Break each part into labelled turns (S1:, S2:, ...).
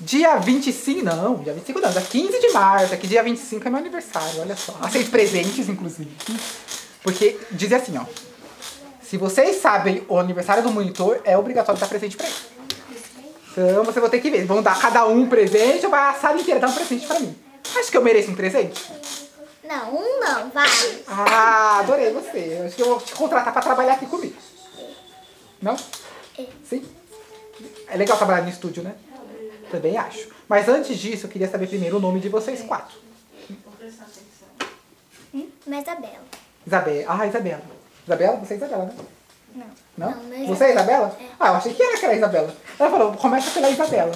S1: Dia 25, não, dia 25 não, dia 15 de março, é que dia 25 é meu aniversário, olha só. Aceito presentes, inclusive. Porque diz assim, ó. Se vocês sabem o aniversário do monitor, é obrigatório dar presente pra ele. Então você vai ter que ver. Vão dar cada um um presente ou vai a sala inteira dar um presente pra mim? Acho que eu mereço um presente?
S2: Não, um não, vários.
S1: Ah, adorei você. Acho que eu vou te contratar pra trabalhar aqui comigo. Não? Sim? É legal trabalhar no estúdio, né? Também acho. Mas antes disso, eu queria saber primeiro o nome de vocês quatro.
S2: Mas a Bela.
S1: Isabela. Ah, Isabela. Isabela? Você é Isabela, né?
S2: Não.
S1: Não?
S2: Não, mas-
S1: Você é Isabela? Ah, eu achei que era que era a Isabela. Ela falou, começa pela Isabela.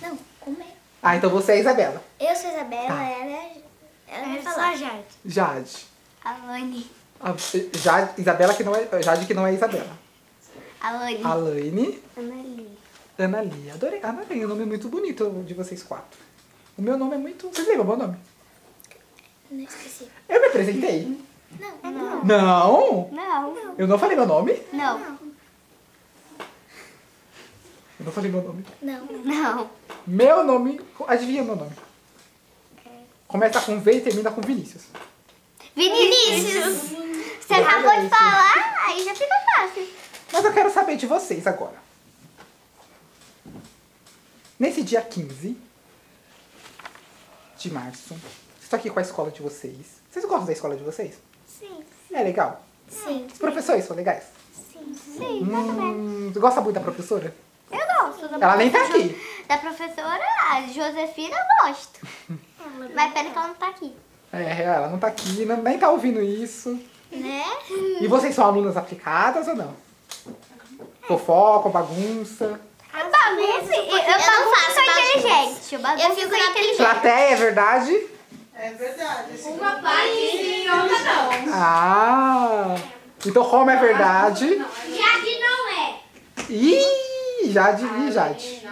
S2: Não, como é?
S1: Ah, então você é Isabela.
S2: Eu sou a Isabela, ela é. Ela vai falar.
S3: Jade.
S1: Jade.
S3: A Lani.
S1: A- Jade, Isabela que não é. Jade que não é Isabela.
S3: A
S1: É.
S3: Lani.
S1: Alaine,
S3: Anneli.
S1: Ana Lia. Adorei. Ana Lia, um nome muito bonito de vocês quatro. O meu nome é muito. Vocês lembram o meu nome?
S2: Não esqueci.
S1: Eu me apresentei.
S2: Não, não.
S1: Não!
S3: Não.
S1: Eu não falei meu nome?
S3: Não.
S1: Eu não falei meu nome.
S2: Não.
S3: Não.
S1: Meu nome. Adivinha meu nome? Começa com V e termina com Vinícius.
S3: Vinícius. Você
S1: Olha
S3: acabou de
S1: isso.
S3: falar, aí já fica fácil.
S1: Mas eu quero saber de vocês agora. Nesse dia 15 de março, estou aqui com a escola de vocês. Vocês gostam da escola de vocês?
S2: Sim.
S1: É legal?
S2: Sim.
S1: Os professores são legais?
S2: Sim.
S3: Sim,
S1: Hum, tu gosta muito da professora?
S3: Eu gosto da
S1: Ela nem tá
S3: professora-
S1: aqui.
S3: Da professora a Josefina, eu gosto. Mas pena que ela não tá aqui.
S1: É, ela não tá aqui, não- nem tá ouvindo isso.
S3: Né?
S1: E vocês são alunas aplicadas ou não?
S2: É.
S1: Fofocam, bagunça.
S3: Eu bagunço, eu, eu
S2: não
S3: bagunço,
S2: faço
S3: sou
S2: bagunça.
S3: inteligente. Eu bagunço, é
S2: Eu fico
S3: sou
S2: na
S3: inteligente.
S1: Plateia, é verdade?
S4: É verdade. Esse
S1: Ah! Então Roma é verdade.
S3: Jade não é.
S1: Ih, Jade, ih, Jade.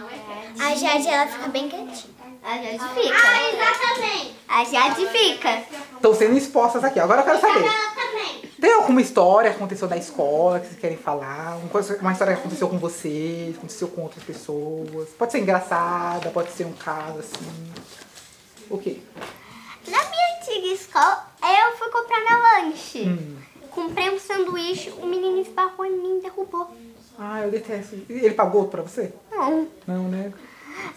S2: A Jade, ela fica bem quietinha.
S3: A Jade fica. A Isa também. A Jade fica.
S1: Estão sendo expostas aqui. Agora eu quero saber.
S3: também.
S1: Tem alguma história que aconteceu na escola que vocês querem falar? Uma, coisa- uma história que aconteceu com vocês, aconteceu com outras pessoas. Pode ser engraçada, pode ser um caso assim. O quê?
S3: Na minha antiga escola, eu fui comprar meu lanche. Comprei um sanduíche, o menino esbarrou em mim e derrubou.
S1: Ah, eu detesto. Ele pagou pra você?
S3: Não.
S1: Não, né?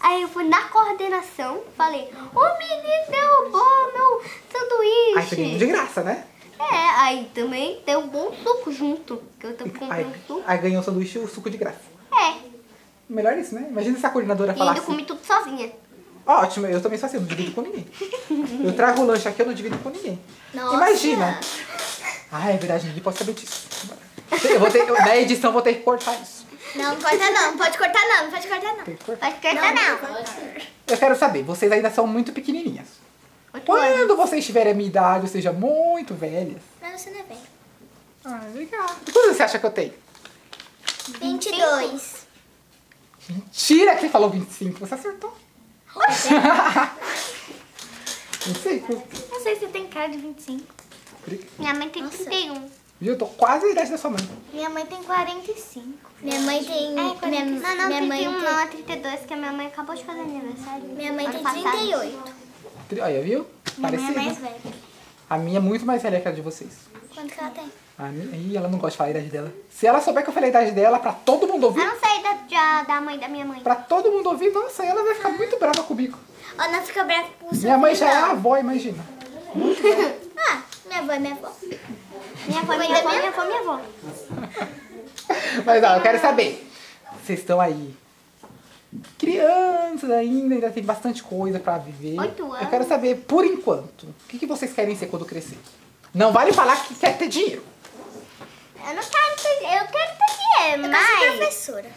S3: Aí eu fui na coordenação, falei, o menino derrubou meu
S1: Aí peguei um
S3: sanduíche.
S1: de graça, né?
S3: é, aí também deu um bom suco junto, que eu também
S1: Aí,
S3: comprei um suco.
S1: aí ganhou o sanduíche e o suco de graça.
S3: É,
S1: Melhor isso, né? Imagina se a coordenadora assim.
S3: e ainda
S1: falasse.
S3: comi tudo sozinha.
S1: Ótimo, eu também sou assim, eu não divido com ninguém. Eu trago o lanche aqui, eu não divido com ninguém.
S2: Nossa.
S1: Imagina. Ah, é verdade, ninguém pode saber disso. Eu vou ter, eu- na edição eu vou ter que cortar isso.
S2: Não, não corta não. Pode cortar não. Não pode cortar não.
S1: Tem que cortar.
S3: Mas que
S2: Não, não.
S3: não.
S1: Eu quero saber, vocês ainda são muito pequenininhas.
S3: Oito anos.
S1: Quando vocês tiverem a minha idade, ou seja, muito velhas.
S2: Não, você não é bem.
S1: Ah, legal. Quantos você acha que eu tenho?
S2: 22.
S1: Mentira que falou 25, você acertou. 25.
S3: Não sei se tem cara de 25. Minha mãe tem 31.
S1: Viu? Eu tô quase a idade da sua mãe.
S3: Minha mãe tem 45.
S2: Minha mãe tem...
S3: É, 45.
S2: minha,
S3: não, não,
S2: minha
S3: 31
S2: mãe tem... um
S3: não, é 32, que a minha mãe acabou de fazer aniversário.
S2: Minha mãe
S3: Ano
S2: tem
S3: passado.
S2: 38.
S1: Tri- Olha, viu?
S2: Minha mãe é mais
S1: Parecido.
S2: velha.
S1: A minha é muito mais velha que a de vocês.
S2: Quanto que ela tem?
S1: A minha... Ih, ela não gosta de falar a idade dela. Se ela souber que eu falei a idade dela, pra todo mundo
S3: Eu
S1: ouvir,
S3: não sei da, da, da mãe da minha mãe.
S1: pra todo mundo ouvir, nossa, ela vai ficar muito brava comigo.
S2: Ó, não fica brava com o seu
S1: Minha mãe já é
S2: filho,
S1: a avó, imagina.
S2: não. Ah, minha avó é minha avó.
S3: Minha avó, minha avó, minha avó, minha avó.
S1: Mas ó, eu quero saber. Vocês estão aí. Crianças ainda, ainda tem bastante coisa pra viver.
S3: Oito
S1: Eu
S3: anos.
S1: quero saber, por enquanto, o que, que vocês querem ser quando crescer? Não vale falar que quer ter dinheiro.
S3: Eu não quero ter, eu quero ter dinheiro,
S2: Eu quero ser
S3: mas
S2: é professora.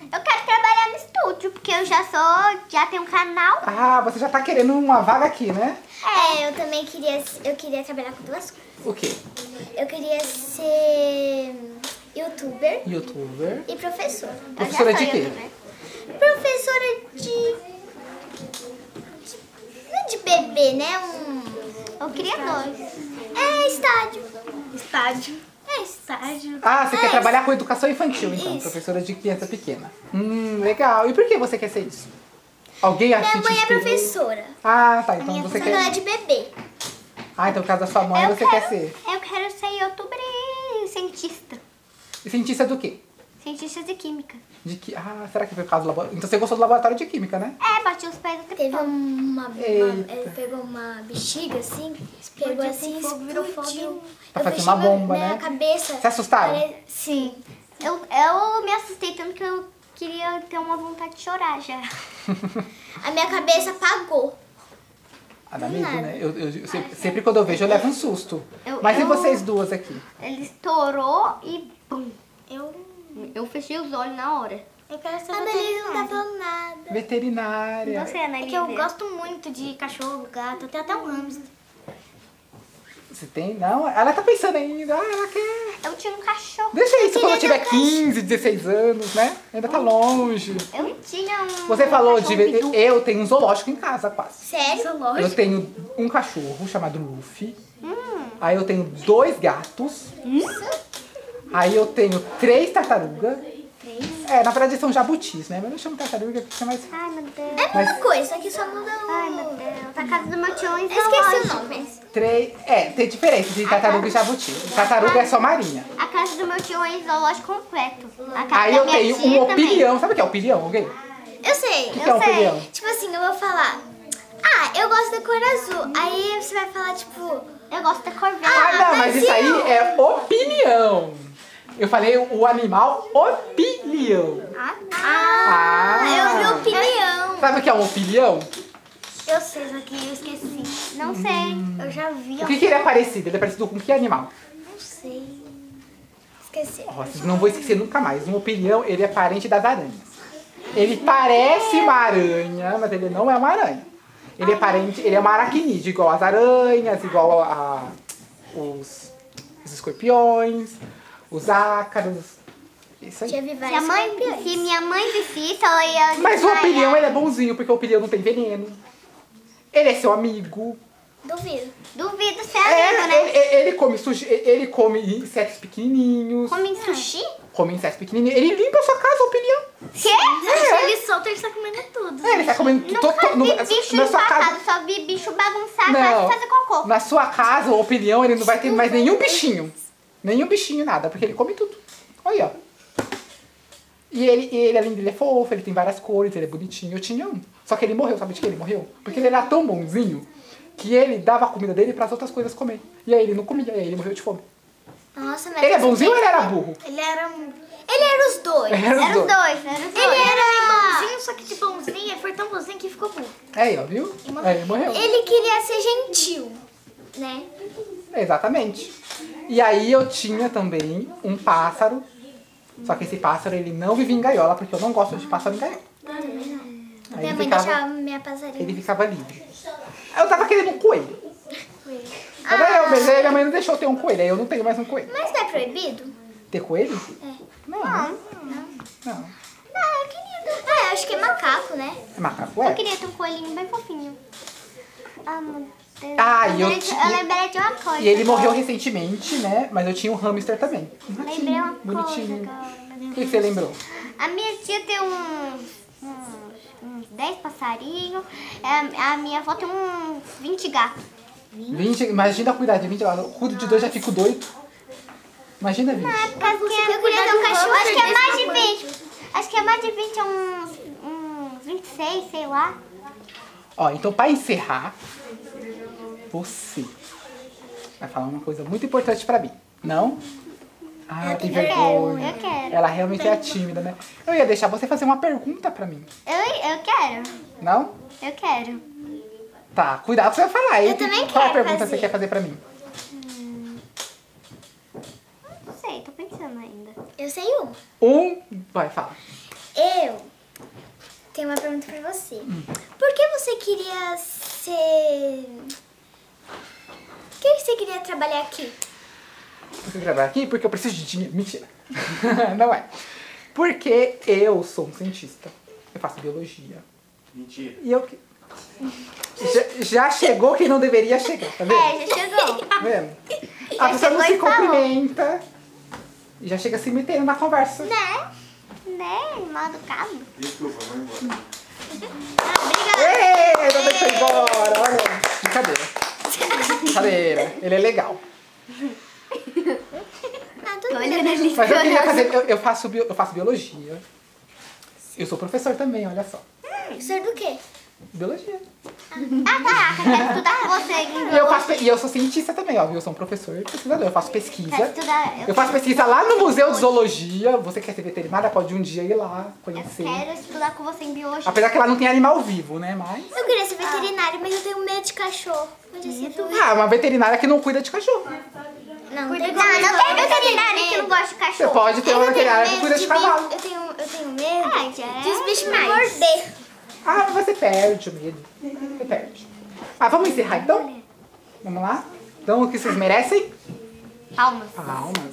S3: eu quero trabalhar no estúdio, porque eu já sou, já tenho um canal.
S1: Ah, você já tá querendo uma vaga aqui, né?
S2: É, eu também queria... Eu queria trabalhar com duas coisas.
S1: O quê?
S2: Eu queria ser... Youtuber
S1: Youtuber.
S2: e professora.
S1: Professora
S3: eu já
S1: de
S3: sou
S1: quê?
S3: youtuber.
S2: Professora de... de... Não de bebê, saber, né? Um.
S3: Eu queria dois.
S2: É estádio.
S3: Estádio.
S2: É estádio.
S1: Ah, você
S2: É,
S1: quer trabalhar com educação infantil, então,
S2: Isso.
S1: professora de criança pequena. Hum, legal. E por que você quer ser isso? Alguém assim
S2: Minha
S1: te
S2: mãe é
S1: inspirou?
S2: professora.
S1: Ah, tá.
S2: Minha
S1: Então você
S2: professora é
S1: quer.
S2: de bebê.
S1: Ah, então por causa da sua mãe
S3: eu
S1: você
S3: quero,
S1: quer ser.
S3: Eu quero ser youtuber e cientista.
S1: E cientista do quê?
S3: Cientista de química.
S1: De que. Ah, será que foi por causa do laboratório? Então você gostou do laboratório de química, né?
S3: É, bati os pés até
S2: Teve um- uma, uma-
S1: Eita.
S2: ele pegou uma bexiga assim, pegou assim,
S3: com fogo, virou
S2: explodiu.
S3: foguinho.
S1: Pra
S2: Eu
S1: fazer
S2: fechei
S1: uma
S2: meu-
S1: bomba,
S2: minha
S1: né?
S2: cabeça.
S1: Se assustaram?
S2: Pare- Sim.
S3: Eu, eu me assustei tanto que eu queria ter uma vontade de chorar já.
S2: A minha cabeça apagou.
S1: Ah, dá medo,
S2: nada.
S1: né? Eu, eu- eu sempre, sempre quando eu vejo, eu levo um susto.
S3: Eu-
S1: Mas e
S3: eu-
S1: vocês duas aqui?
S3: Ele estourou e pum.
S2: Eu.
S3: Eu fechei os olhos na hora.
S2: Eu quero ser A Annelise não tá falando nada.
S1: Veterinária.
S3: Você, né,
S2: É
S3: Ana
S2: muito de cachorro, gato, até até um hamster.
S1: Você tem? Não? Ela tá pensando ainda. Ah, ela quer.
S3: Eu tinha um cachorro.
S1: Deixa isso
S2: Eu
S1: quando eu
S2: queria
S1: tiver
S2: ter um cachorro.
S1: 15, 16 anos, né? Ainda tá longe.
S3: Eu tinha um.
S1: Você falou de.
S3: cachorro bidu.
S1: Eu tenho um zoológico em casa, quase.
S2: Sério?
S1: Eu tenho um cachorro chamado Luffy. Aí eu tenho dois gatos. Aí eu tenho três tartarugas. É, na verdade são jabutis, né? Mas eu chamo tartaruga porque é mais.
S3: Ai, meu Deus.
S2: É a mesma coisa, só que só muda o.
S3: Ai, meu Deus. Na casa do meu tio em
S2: Eu esqueci
S3: zoológico.
S2: o nome.
S1: Três. É, tem diferença de tartaruga e jabuti. Tartaruga é só marinha.
S3: A casa do meu tio é em zoológico completo. A casa
S1: Aí
S3: da
S1: eu
S3: Ah, minha
S1: tenho
S3: tia
S1: um
S3: também.
S1: opinião. Sabe o que é opinião, alguém?
S2: Eu sei,
S1: que é um pelião?
S2: Tipo assim, eu vou falar. Ah, eu gosto da cor azul. Aí você vai falar, tipo.
S3: Eu gosto da cor verde.
S1: Ah, não, mas isso aí
S2: Brasil!
S1: é opinião. Eu falei o animal opinião.
S3: Ah,
S2: Ah, eu vi o pelião.
S1: Sabe o que é um opinião?
S3: Eu sei, só que eu esqueci. Não sei. Eu já vi.
S1: O que, que ele é parecido? Ele é parecido com que animal?
S2: Não sei. Esqueci.
S1: Ó, vocês não vou esquecer nunca mais. Um opinião, ele é parente das aranhas. Ele parece uma aranha, mas ele não é uma aranha. Ele é parente, ele é um aracnídeo, igual as aranhas, igual a, a- os, os escorpiões, os ácaros. Isso aí.
S2: Já vi
S3: Se, a
S2: várias
S3: mãe,
S2: campeãs.
S3: se minha mãe visita, ela ia. "Ah,
S1: Mas o opinião
S3: desmaiar.
S1: ele é bonzinho, porque o opinião não tem veneno. Ele é seu amigo.
S2: Duvido.
S3: Duvido ser
S1: É,
S3: amigo, né?
S1: ele, ele come sushi, ele come insetos pequenininhos.
S3: Come sushi?
S1: Come insetos pequenininhos. Ele limpa a sua casa, o opinião.
S3: Quê?
S2: Ele solta, ele está comendo tudo.
S1: É, ele tá comendo
S3: Não
S1: todo-
S3: só
S1: no-
S3: vi bicho
S1: na sua casa.
S3: empacado, só vi bicho bagunçado
S1: Não.
S3: Ah, tá, fazer cocô.
S1: Na sua casa, o opinião, ele não vai ter mais nenhum bichinho. Nenhum bichinho, nada, porque ele come tudo. Aí, ó. E ele, e ele, além dele, é fofo, ele tem várias cores, ele é bonitinho. Eu tinha um. Só que ele morreu, sabe de que ele morreu? Porque ele era tão bonzinho que ele dava a comida dele pras outras coisas comer. E aí ele não comia, e aí ele morreu de fome.
S2: Nossa, mas.
S1: Ele é bonzinho ou ele era burro?
S2: Ele era um. Ele era os dois.
S1: Ele era os
S3: Era os
S1: dois.
S3: dois, era os dois.
S2: Ele era bonzinho, só que de bonzinho, ele foi tão bonzinho que ficou burro.
S1: É Aí, ó, viu? Aí ele morreu.
S2: Ele queria ser gentil, né?
S1: Exatamente. E aí eu tinha também um pássaro. Só que esse pássaro ele não vivia em gaiola, porque eu não gosto de pássaro em gaiola. Aí
S2: minha
S1: ele
S2: mãe
S1: ficava,
S2: deixava
S3: um-
S2: minha
S1: ele
S2: passarinha.
S1: ficava livre. Eu tava querendo um coelho.
S3: Ah.
S1: Mas aí eu beijei, minha mãe não deixou eu ter um coelho. Aí eu não tenho mais um coelho.
S2: Mas não é proibido?
S1: Ter coelho? Não.
S3: Ah,
S1: né? Não.
S2: Não, é querido. Ah, eu acho que é macaco, né?
S1: Macaco
S3: Eu
S1: é?
S3: queria ter um coelhinho bem fofinho. Ah, meu Deus.
S1: Ah,
S3: eu,
S1: e eu
S3: lembrei de-
S1: ti-
S3: eu lembrei de uma coisa.
S1: E ele morreu recentemente, né? Mas eu tinha um hamster também.
S3: Lembrei uma
S1: Bonitinho,
S3: coisa,
S1: bonitinho.
S3: cara. meu
S1: O
S3: Deus.
S1: que, que você lembrou?
S3: A minha tia tem uns, uns, uns 10 passarinhos. É, A, a minha avó tem uns 20 gatos.
S1: 20, imagina cuidar de 20 lá. Eu cuido de dois, já fico doido. Imagina 20.
S3: É por causa que
S2: quer cuidar
S3: eu queria ter um
S2: do
S3: cachorro. Acho que é
S2: hamster
S3: mais
S2: desse
S3: de 20. Acho que é mais de 20, é uns, uns 26, sei lá.
S1: Ó, então pra encerrar, você vai falar uma coisa muito importante pra mim. Não? Ah, tem
S3: Eu quero,
S1: vergonha.
S3: eu quero.
S1: Ela realmente é tímida, né? Eu ia deixar você fazer uma pergunta pra mim.
S3: Eu, eu quero,
S1: Não?
S3: eu quero.
S1: Tá, cuidado, você vai falar. hein?
S2: Eu também
S1: Qual a
S2: quero
S1: pergunta
S2: fazer.
S1: você quer fazer pra mim?
S3: Não sei, tô pensando ainda.
S2: Eu sei uma.
S1: Um, vai, fala.
S2: Eu tenho uma pergunta pra você. Por que você queria ser. Por que você queria trabalhar aqui?
S1: Você trabalha aqui porque eu preciso de dinheiro. Mentira. Não é. Porque eu sou um cientista. Eu faço biologia.
S5: Mentira.
S1: E eu que. Já, já chegou quem não deveria chegar, tá vendo?
S3: É, já chegou.
S1: Tá vendo? A pessoa não
S3: É, chegou
S1: se
S3: e falou.
S1: cumprimenta. E já chega se metendo na conversa.
S3: Né? Né? Mal educado.
S5: Desculpa, vou embora.
S3: Ah, obrigada.
S1: Ê, também foi embora, olha. Brincadeira. Brincadeira. Ele é legal.
S2: Ah, tudo
S3: Olha na lista.
S1: Mas eu queria fazer. Eu, eu faço, bio- eu faço biologia. Eu sou professor também, olha só.
S2: Professor do quê?
S1: Biologia.
S3: Ah, caraca, quer estudar com você
S1: E eu,
S3: aqui.
S1: faço, pe- e eu sou cientista também, ó, viu? Eu sou um professor e pesquisador. Eu faço
S3: Quer
S1: pesquisa.
S3: estudar?
S1: Eu faço pesquisa lá no Museu de Zoologia. Você quer ser veterinária, pode um dia ir lá
S3: Eu
S1: conhecer.
S3: quero estudar com você em biologia.
S1: Apesar que lá não tem animal vivo, né? Mas.
S2: Eu queria ser veterinária, mas eu tenho medo de cachorro. Onde é ser doido?
S1: Ah, uma veterinária que não cuida de cachorro.
S2: Não,
S3: Não,
S2: tem
S3: não tem
S2: medo.
S3: veterinário que não gosta de
S1: Você
S3: cachorro.
S1: pode ter
S2: Eu
S1: uma
S2: não tenho
S1: veterinária que
S2: medo
S1: cuida de cavalo.
S2: bicho. Eu tenho, eu tenho medo
S3: Ah, já é
S2: de os bichos me
S3: demais.
S2: morder.
S1: Ah, você perde o medo. Você perde. Ah, vamos encerrar então? Vamos lá? Então, o que vocês merecem?
S3: Palmas.
S1: Palmas.